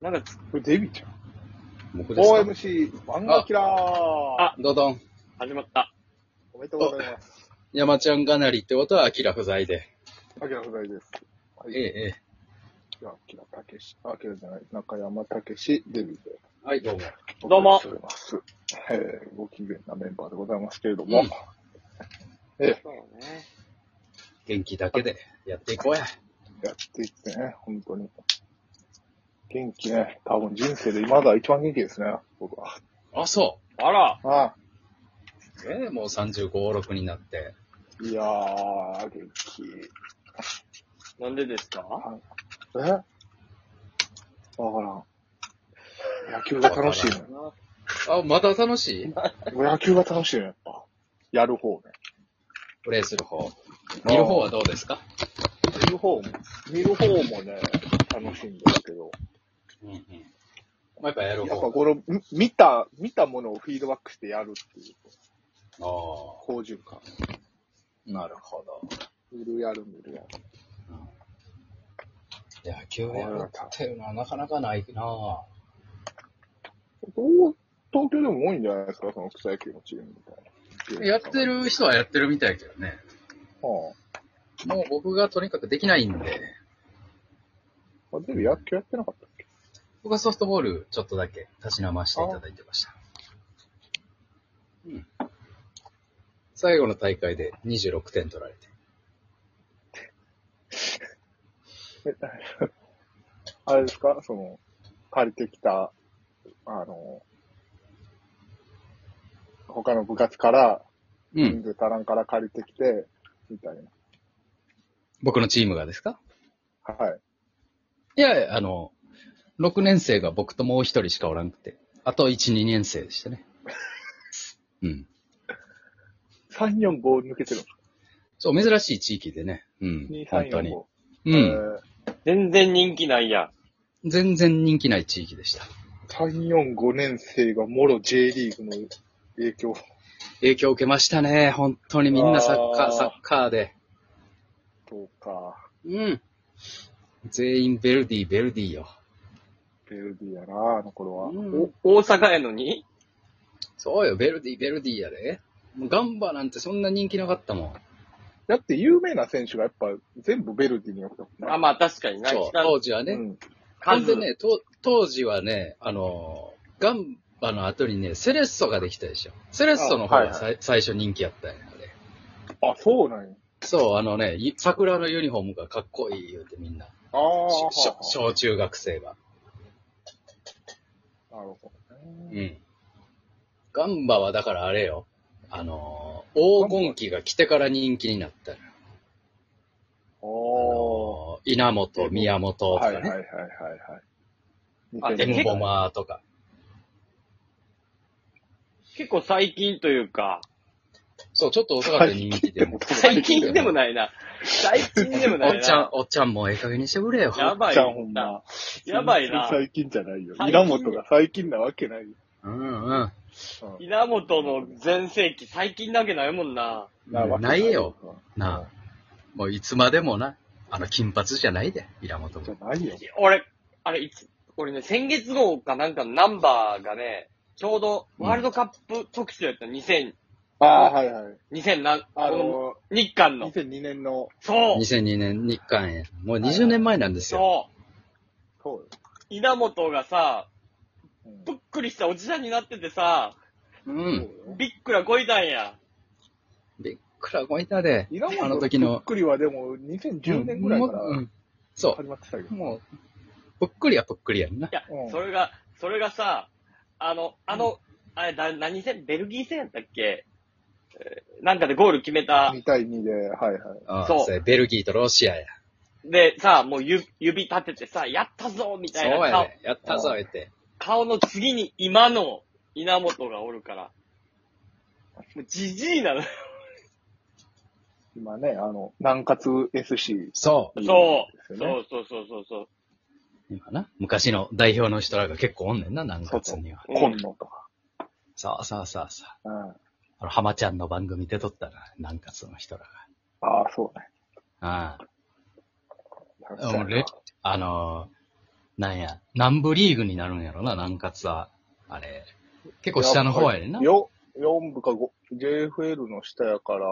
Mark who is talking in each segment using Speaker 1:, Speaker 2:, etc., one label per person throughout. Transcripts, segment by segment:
Speaker 1: なんかつ、
Speaker 2: これデビちゃん。
Speaker 3: 僕ですか
Speaker 2: OMC、漫画キラー。
Speaker 1: あ
Speaker 3: どどん。
Speaker 1: 始まった。
Speaker 2: おめでとうございます。
Speaker 3: 山ちゃんがなりってことは、アキラ不在で。
Speaker 2: あきら不在です。はい。
Speaker 3: ええ、ええ。
Speaker 2: あきらたけし、あきらじゃない、中山たけし、デビューで。
Speaker 3: はい、どうも。
Speaker 1: どうも
Speaker 2: お送りしております。えー、ご機嫌なメンバーでございますけれども、
Speaker 3: うん
Speaker 1: そうね。
Speaker 3: 元気だけでやっていこうや。
Speaker 2: やっていってね、本当に。元気ね。多分人生で今まだ一番元気ですね、僕は。
Speaker 3: あ、そ
Speaker 1: あら、
Speaker 2: あ
Speaker 3: う。ええ、もう35、6になって。
Speaker 2: あいやー、元気。
Speaker 1: なんでですか
Speaker 2: えわからん。野球が楽しいね。
Speaker 3: あ、まだ楽しい
Speaker 2: 野球が楽しいね、やっぱ。やる方ね。
Speaker 3: プレイする方。見る方はどうですか
Speaker 2: 見る方も、見る方もね、楽しいんですけど。
Speaker 3: うんうん。まあ、やっぱやる
Speaker 2: やっぱ
Speaker 3: 方。
Speaker 2: この、み見た、見たものをフィードバックしてやるっていう、
Speaker 3: あ
Speaker 2: 好循環。
Speaker 3: あ、なるほど。
Speaker 2: 見るやる、見るやる。
Speaker 3: 野球やるっていうのはなかなかないなぁ。
Speaker 2: どう東京でも多いんじゃないですか、その草野球のチームみたいな。
Speaker 3: やってる人はやってるみたいやけどね。
Speaker 2: は
Speaker 3: もう僕がとにかくできないんで、
Speaker 2: あ。あでも野球やってなかったっけ
Speaker 3: 僕はソフトボールちょっとだけたしなましていただいてました。うん。最後の大会で26点取られて。
Speaker 2: あれですかその、借りてきた、あの、他の部活から、
Speaker 3: う
Speaker 2: 人。数足らんから借りてきて、みたいな。
Speaker 3: 僕のチームがですか
Speaker 2: はい。
Speaker 3: いやいや、あの、6年生が僕ともう一人しかおらんくて、あと1、2年生でしたね。うん。
Speaker 2: 3、4、5抜けてる
Speaker 3: そう、珍しい地域でね。うん
Speaker 2: の。。2、
Speaker 3: 本
Speaker 2: 3、
Speaker 3: 当
Speaker 2: 4、
Speaker 3: に
Speaker 2: 5。。
Speaker 3: う
Speaker 2: え
Speaker 3: ん。
Speaker 2: ー
Speaker 1: 全然人気ないやん。
Speaker 3: 全然人気ない地域でした。
Speaker 2: 3、4、5年生がもろ J リーグの影響。
Speaker 3: 影響を受けましたね。本当にみんなサッカ
Speaker 2: あ
Speaker 3: ー、
Speaker 2: ー
Speaker 3: サッカーで。
Speaker 2: そうか。
Speaker 3: うん。全員ベルディ、ベルディよ。
Speaker 2: ベルディやな、あの頃は。
Speaker 3: うん
Speaker 1: お大阪やのに
Speaker 3: そうよ、ベルディ、ベルディやで。もうガンバなんてそんな人気なかったもん。
Speaker 2: だって有名な選手がやっぱ全部ベルディによったもんね
Speaker 1: あ、まあ確かにな。
Speaker 3: そう、
Speaker 1: 一番
Speaker 3: 当時は
Speaker 2: う
Speaker 3: ね。
Speaker 2: ん。
Speaker 3: ほん
Speaker 1: 数
Speaker 3: でね、と当時はね、あのー、ガンバの後にね、セレッソができたでしょ。セレッソの方
Speaker 2: あはい
Speaker 3: が
Speaker 2: はい
Speaker 3: さい最初人気やったんや、あれ。
Speaker 2: あ、そうなんや。
Speaker 3: そう、あのね、い桜のユニフォームがかっこいい言うてみんな。
Speaker 2: ああ
Speaker 3: しし小中学生が。
Speaker 2: なるほど
Speaker 3: う
Speaker 2: ね。
Speaker 3: ん。ガンバはだからあれよ。あのー、黄金期が来てから人気になったのよ。あ
Speaker 2: お
Speaker 3: のー、稲本、宮本と
Speaker 2: ー。
Speaker 3: か
Speaker 2: はい
Speaker 3: ね。
Speaker 2: はいはいはい
Speaker 1: あ
Speaker 2: はい。
Speaker 1: で
Speaker 3: エム
Speaker 1: 結
Speaker 3: ボ
Speaker 1: 構
Speaker 3: マーとか。
Speaker 1: 結構最近というか、
Speaker 3: そう、ちょっと遅かった人気で。
Speaker 1: 最近でもないな。最近でも
Speaker 3: お
Speaker 1: ない
Speaker 3: っちゃん
Speaker 1: な、。
Speaker 3: おっちゃんもええ加減にしてくれよ。
Speaker 1: やばい
Speaker 2: じゃんほんま
Speaker 1: な。。やばいな
Speaker 2: 全然最近じゃないよ。
Speaker 1: 最近
Speaker 2: 稲本が最近なわけないよ。
Speaker 3: うんうん。
Speaker 2: うん
Speaker 1: 稲本の全盛期最近なわけないもんな。
Speaker 2: わけ
Speaker 3: ないよ。なあ。もういつまでもな、あの、金髪じゃないで、稲本
Speaker 2: うんじゃ
Speaker 3: も。
Speaker 2: ないよ。
Speaker 1: 俺、あれ、いつ、俺ね、先月号かなんかのナンバーがね、ちょうどワールドカップ特集やった2000、
Speaker 2: ああ、はいはい。
Speaker 1: 2000な、こ
Speaker 2: あ
Speaker 1: の
Speaker 2: の、
Speaker 1: 日韓の。
Speaker 2: 2002年の、
Speaker 1: そう
Speaker 3: 2002年日韓へ。もう20年前なんですよ。
Speaker 1: そう
Speaker 2: そうよ
Speaker 1: 稲本がさ、
Speaker 2: うん
Speaker 1: ぷっくりしたおじさんになっててさ、
Speaker 3: う。
Speaker 2: そうんよ
Speaker 1: びっくらこいたんや。
Speaker 3: びっくらこいたで。
Speaker 2: 稲
Speaker 3: あ
Speaker 2: 本
Speaker 3: の
Speaker 2: のぷ
Speaker 3: 時の
Speaker 2: っくりはでも2010年ぐらいから
Speaker 3: うんもううんそ
Speaker 2: 始まってたけど
Speaker 3: う。。もう、ぷっくりはぷっくりやんな。
Speaker 1: いや
Speaker 2: う、ん
Speaker 1: それが、それがさ、あの、あの、あれ、だ何戦ベルギー戦やったっけえーなんかでゴール決めた。
Speaker 2: 2対2で、はいはい。
Speaker 3: ああ
Speaker 1: そう
Speaker 3: れベルギーとロシアや。
Speaker 1: で、さ、もう指指立ててさ、やったぞみ
Speaker 3: そ
Speaker 1: た
Speaker 3: う
Speaker 1: いな
Speaker 3: や
Speaker 1: 顔
Speaker 3: ね。やったぞ、言って。
Speaker 1: 顔の次に今の稲本がおるから。もうじじいなの。
Speaker 2: 今ね、あの、南葛 SC。
Speaker 3: そう。
Speaker 1: そう。
Speaker 2: です
Speaker 1: そ
Speaker 2: よね
Speaker 1: うそうそうそうそう。
Speaker 3: 今な。昔の代表の人らが結構おんねんな、何月には。
Speaker 1: うん
Speaker 2: 今野とか。
Speaker 3: そうそうそうそ
Speaker 2: う
Speaker 3: う。
Speaker 2: ん。あ
Speaker 3: あの、浜ちゃんの番組で撮ったな、南葛の人らが。
Speaker 2: あ、そうね。
Speaker 3: ああ。
Speaker 2: 確か
Speaker 3: あの
Speaker 2: に
Speaker 3: レあのー、なんや、南部リーグになるんやろな、南葛は。あれ。結構下の方やねんな。
Speaker 2: よ、4部か5、JFL の下やから、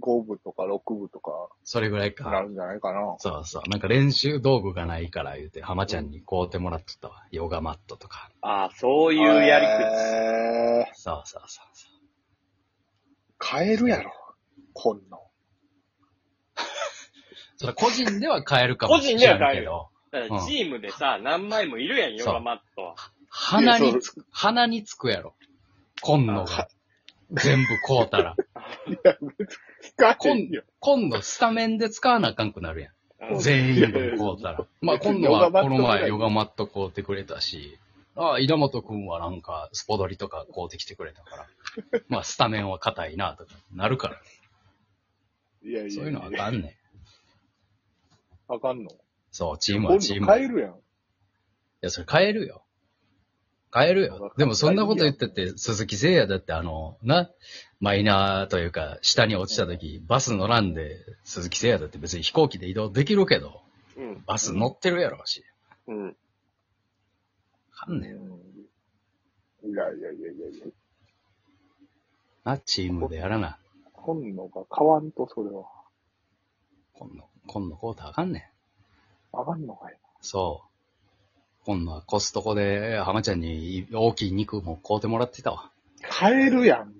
Speaker 2: 5部とか6部とか、
Speaker 3: それぐらい
Speaker 2: な
Speaker 3: か。
Speaker 2: るんじゃないかな。
Speaker 3: そうそう。なんか練習道具がないから言うて、浜ちゃんに買うてもらっとったわ。ヨガマットとか。
Speaker 1: ああ、そういうやり口。
Speaker 2: えー、
Speaker 3: そうそうそうそう。
Speaker 2: 買えるやろ。 こんなん。
Speaker 3: それ個人では買えるかもしれないけど、
Speaker 1: だからチームでさ、何枚もいるやん、ヨガマットは。
Speaker 3: 鼻
Speaker 2: いや
Speaker 3: につく、鼻につくやろ。今野が。全部買うたら。
Speaker 2: 使え
Speaker 3: 今
Speaker 2: んよ。
Speaker 3: 今度スタメンで使わなあかんくなるやん。
Speaker 1: うん
Speaker 3: 全員分買うたら。 まあ今度はこの前ヨガマット買うてくれたし、ああ、稲本くんはなんかスポドリとか買うてきてくれたから、 まあスタメンは硬いなとかなるから、
Speaker 2: いやいや
Speaker 3: そういうのはあかんねん。
Speaker 2: あかんの。
Speaker 3: そう、チーム
Speaker 2: 今
Speaker 3: はチー
Speaker 2: 度
Speaker 3: ム。
Speaker 2: 買え
Speaker 3: い
Speaker 2: るやん。
Speaker 3: や、それ変えるよ。変えるよ。でもそんなこと言ったって、鈴木誠也だってあの、な、マイナーというか、下に落ちた時、バス乗らんで、鈴木誠也だって別に飛行機で移動できるけど、
Speaker 1: うん。
Speaker 3: バス乗ってるやろうし。
Speaker 1: うん。
Speaker 3: あかんねん。
Speaker 2: うんいやいやいやいやいや。
Speaker 3: な、チームでやらな。
Speaker 2: 今度が買わんと、それは。
Speaker 3: 今度、今度こうたらあかんねん。
Speaker 2: あかんのかい。
Speaker 3: そう。今度はコストコで、浜ちゃんに大きい肉も買うてもらってたわ。
Speaker 2: 買えるやん。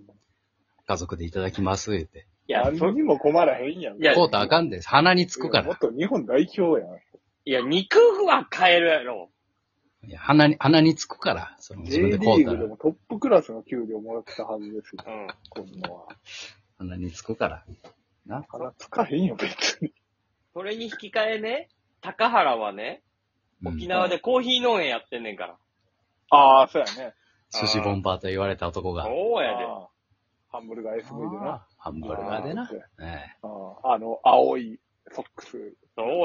Speaker 3: 家族でいただきます、言って。
Speaker 1: いや、そ
Speaker 2: 何にも困らへんやん。
Speaker 1: いや
Speaker 3: こうたらあかんで、鼻につくか
Speaker 2: いやも
Speaker 3: ら
Speaker 2: っ。と日本代表やん。
Speaker 1: いや、肉は買えるやろ。
Speaker 3: いや鼻に、鼻につくから。その自
Speaker 2: J
Speaker 3: 分
Speaker 2: リ
Speaker 3: でこう
Speaker 2: ー
Speaker 3: た
Speaker 2: グで
Speaker 3: ら。
Speaker 2: もトップクラスの給料もらってたはずですよ
Speaker 1: う。ん。
Speaker 2: こんのは。
Speaker 3: 鼻につくから。な。
Speaker 2: 鼻つかへんよ、別に。
Speaker 1: それに引き換えね、高原はね、
Speaker 3: うん
Speaker 1: 沖縄でコーヒー農園やってんねんから。
Speaker 2: ああ、そうやね。
Speaker 3: 寿司ボンバーと言われた男が。
Speaker 1: そうやで。
Speaker 2: あーハンブルガー SV でな。
Speaker 3: あーハンブルガーでな。ね
Speaker 2: あーあの、青いソックス。
Speaker 1: そ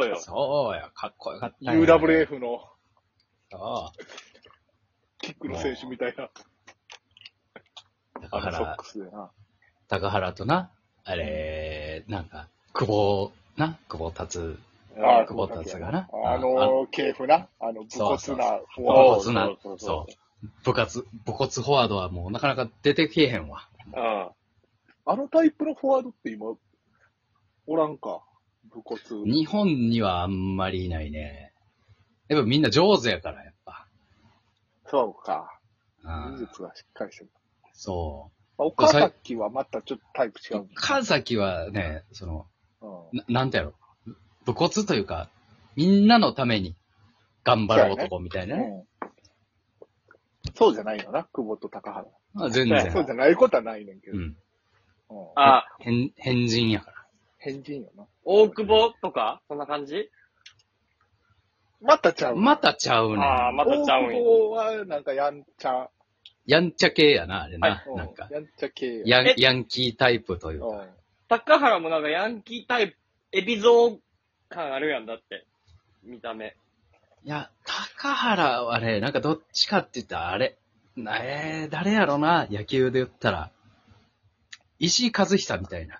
Speaker 1: う
Speaker 3: え
Speaker 1: よ。
Speaker 3: そうや、かっこよかったんや。
Speaker 2: UWF の
Speaker 3: そ
Speaker 2: キックの選手みたいな。
Speaker 3: う。高
Speaker 2: あのソッ
Speaker 3: 原
Speaker 2: ク、スでな。
Speaker 3: 高原とな、あれ、なんか、久保、な、久保達
Speaker 2: あー
Speaker 3: 久保達がな
Speaker 2: あのー、系譜な。あの、武
Speaker 3: そうそう
Speaker 2: 骨なフォ
Speaker 3: そう
Speaker 2: ワ
Speaker 3: 武
Speaker 2: ー
Speaker 3: 骨な
Speaker 1: そうそ
Speaker 3: そう。部活、部骨フォワードはもうなかなか出てけえへんわ。
Speaker 1: う。うん。
Speaker 2: ド。あのタイプのフォワードって今、おらんか。武骨。
Speaker 3: 日本にはあんまりいないね。やっぱみんな上手やから、やっぱ。
Speaker 2: そうか。
Speaker 3: う
Speaker 2: 技
Speaker 3: ん、
Speaker 2: 術がしっかりしてる。
Speaker 3: そ
Speaker 2: まあ岡崎はまたちょっとタイプ違
Speaker 3: う
Speaker 2: う。。
Speaker 3: 岡崎はね、その、
Speaker 2: うん
Speaker 3: ななんてやろ。部骨というか、みんなのために頑張る男みたいなね。
Speaker 2: うんそうじゃないよな、久保と高原。
Speaker 3: まあ、全
Speaker 1: そ
Speaker 2: そう
Speaker 3: 然。
Speaker 2: じゃないことはないねんけど。
Speaker 3: う
Speaker 2: うん
Speaker 3: ん。
Speaker 1: あ、
Speaker 3: 変、変人やから。
Speaker 2: 変人よな。
Speaker 1: 大久保とかそんな感じ
Speaker 2: またちゃう。
Speaker 3: またちゃうねん。
Speaker 1: ああ、またちゃうん
Speaker 2: 大
Speaker 1: や
Speaker 2: 久。保はなんかやんちゃ。
Speaker 3: やんちゃ系やな、あれな。
Speaker 2: う
Speaker 3: なんか。
Speaker 2: やんちゃ系や。
Speaker 3: ヤン
Speaker 1: え、
Speaker 3: ヤンキータイプという
Speaker 2: う
Speaker 3: か。
Speaker 2: ん
Speaker 1: 高原もなんかヤンキータイプ、エビゾー感あるやんだって。見た目。
Speaker 3: いや、高原はね、なんかどっちかって言ったら、あれ、なえー、誰やろな、野球で言ったら。石井和久みたいな。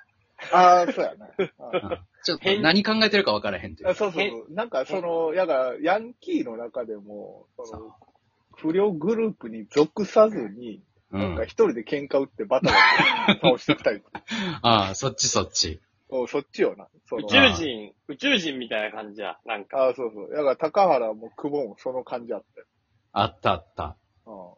Speaker 2: ああ、そうやな。
Speaker 3: う
Speaker 2: うん
Speaker 3: ん ちょっと
Speaker 1: 変
Speaker 3: 何考えてるか分からへんという
Speaker 2: あ
Speaker 3: か。
Speaker 2: そうそうそう。なんかその、やが、ヤンキーの中でも、その
Speaker 3: そ
Speaker 2: 不良グループに属さずに、
Speaker 3: う。う
Speaker 2: なんか
Speaker 3: ん。
Speaker 2: 一人で喧嘩打ってバタバタ倒してきたり。
Speaker 3: ああ、そっちそっち。
Speaker 2: おそっちよな。そ
Speaker 1: 宇
Speaker 2: の
Speaker 1: 宙人、宇宙人みたいな感じや。なんか。
Speaker 2: ああ、そうそう。やが、高原も久保もその感じあった
Speaker 3: あったあった。
Speaker 2: よ。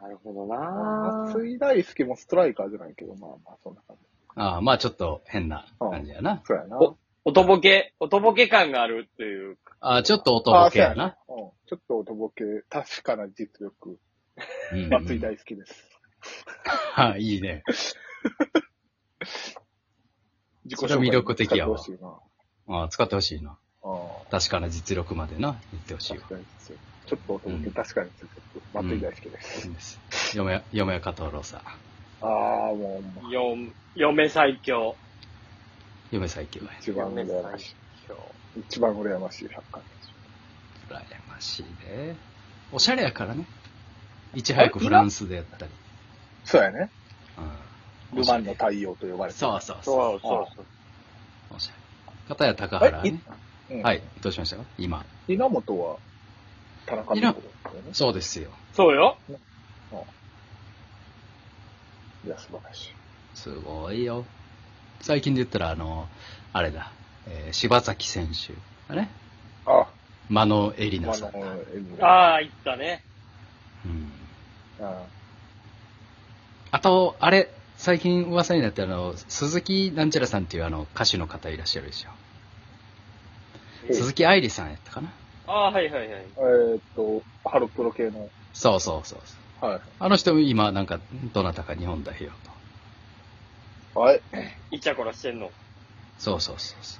Speaker 1: なるほど
Speaker 2: うん。
Speaker 1: なぁ
Speaker 2: 松井大輔もストライカーじゃないけど、まあまあ、そんな感じ。
Speaker 3: ああ、まあちょっと変な感じやな。
Speaker 2: そうやな。
Speaker 1: おおとぼけ、おとぼけ感があるっていう。
Speaker 3: ああ、ちょっと音
Speaker 2: あ
Speaker 3: ボ
Speaker 2: あ、
Speaker 3: ケやな。
Speaker 2: そうやな。うん。ちょっとおとぼけ、確かな実力。
Speaker 3: うんうん
Speaker 2: 松井大輔です。
Speaker 3: ああいいね。
Speaker 2: 自
Speaker 3: それは魅力的やわ
Speaker 2: 自己紹介に使ってほしいな
Speaker 3: ああ、使ってほしいな。
Speaker 2: ああ
Speaker 3: 確かな実力までな、言ってほしいわ
Speaker 2: 確。かにですよ。ちょっとおとぼけ、確かにですよ。松井大輔です。
Speaker 3: です。嫁、嫁は加藤ローサ。
Speaker 2: ああ、もう、もう
Speaker 1: よ、嫁最強。
Speaker 3: 嫁最強や。
Speaker 2: 一番羨ましい。一番羨ましいサッカーです。
Speaker 3: 羨ましいね。おしゃれやからね。いち早くフランスでやったり。
Speaker 2: そうやね。
Speaker 3: うん。
Speaker 2: ルマンの太陽と呼ばれてる。
Speaker 3: そうそう
Speaker 1: そ
Speaker 3: そ
Speaker 1: そ
Speaker 3: う
Speaker 1: うそう。
Speaker 3: う。おしゃれ。片や高原ね。
Speaker 2: うん
Speaker 3: はい。どうしましたか今。
Speaker 2: 稲本は、田中美穂だよね。
Speaker 3: そうですよ。
Speaker 1: そうよ。
Speaker 2: いや、素晴らしい。
Speaker 3: すごいよ。最近で言ったら、あの、あれだ、えー柴崎選手だね。
Speaker 2: あ、
Speaker 3: 間野絵里
Speaker 2: まあ
Speaker 3: 奈さんだ。
Speaker 2: の、エミあ
Speaker 1: ああ、言ったね。
Speaker 3: うん。
Speaker 2: あ、
Speaker 3: あと、あれ、最近噂になって、あの、鈴木なんちゃらさんっていうあの、歌手の方いらっしゃるでしょ。
Speaker 2: え
Speaker 3: 鈴木愛理さんやったかな。
Speaker 1: ああー、はいはいはい。
Speaker 2: えーっと、ハロプロ系の、
Speaker 3: そうそうそうそう。
Speaker 2: はい。
Speaker 3: あの人も今、なんか、どなたか日本代表と。
Speaker 2: はい。
Speaker 1: イチャコラしてんの。
Speaker 3: そうそうそうそ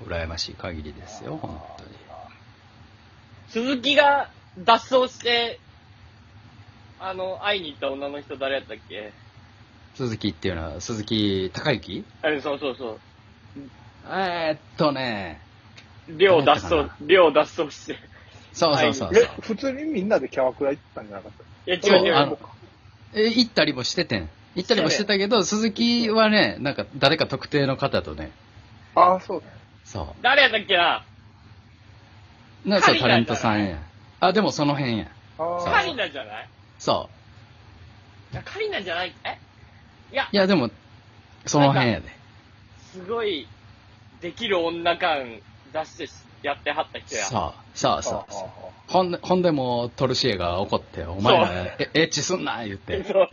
Speaker 3: う。羨ましい限りですよ、本当に。
Speaker 1: 鈴木が脱走して、あの、会いに行った女の人誰やったっけ
Speaker 3: 鈴木っていうのは、鈴木孝之
Speaker 1: あれそうそうそう。
Speaker 3: えーっとね、
Speaker 1: 寮脱
Speaker 3: 誰やっ
Speaker 1: 走
Speaker 3: たか、
Speaker 1: 寮脱走して。
Speaker 3: そうそうそう
Speaker 2: え
Speaker 3: そう。、
Speaker 2: 普通にみんなでキャバクラ行ったんじゃなかっ
Speaker 1: いや、違
Speaker 3: そう
Speaker 1: う違
Speaker 3: あ
Speaker 1: う
Speaker 3: の。え、行ったりもしててん。行ったりもしてたけど、鈴木はね、なんか誰か特定の方とね、
Speaker 2: たああ、そうね。
Speaker 3: そ
Speaker 1: 誰やったっけな
Speaker 3: う。なそう、タ
Speaker 1: 海
Speaker 3: レン
Speaker 1: 外だね
Speaker 3: トさんや。あ、でもその辺や。
Speaker 2: あ
Speaker 3: そう
Speaker 1: カ
Speaker 2: あ
Speaker 1: リ、ナじゃない
Speaker 3: そ
Speaker 1: いやカリナじゃないえいや
Speaker 3: う。い、や、でも、その辺やで。
Speaker 1: すごい、できる女感出してしやってはった人や。
Speaker 3: そう、そうそう
Speaker 2: あ
Speaker 3: そう。
Speaker 2: あ
Speaker 3: ほんで、ほんでもう、トルシエが怒って、お前ら、えエッチすんな言っ て
Speaker 1: そう。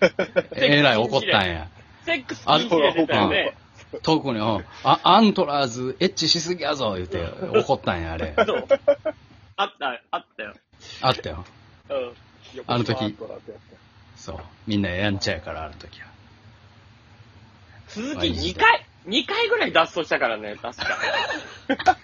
Speaker 3: ええらい怒ったんや。
Speaker 1: セックス禁止令出たよね。
Speaker 3: 特に、うんあ、アントラーズ、エッチしすぎやぞ言って、怒ったんや、あれ。
Speaker 1: そう。あった、あったよ。
Speaker 3: あったよ。
Speaker 1: うん。
Speaker 3: あの時
Speaker 2: 横浜アントラーズやって
Speaker 3: そう。みんなやんちゃやから、あの時は。
Speaker 1: 鈴
Speaker 3: まあ
Speaker 1: 木
Speaker 3: いい時
Speaker 1: 2
Speaker 3: 代
Speaker 1: 回、2回ぐらい脱走したからね、確か。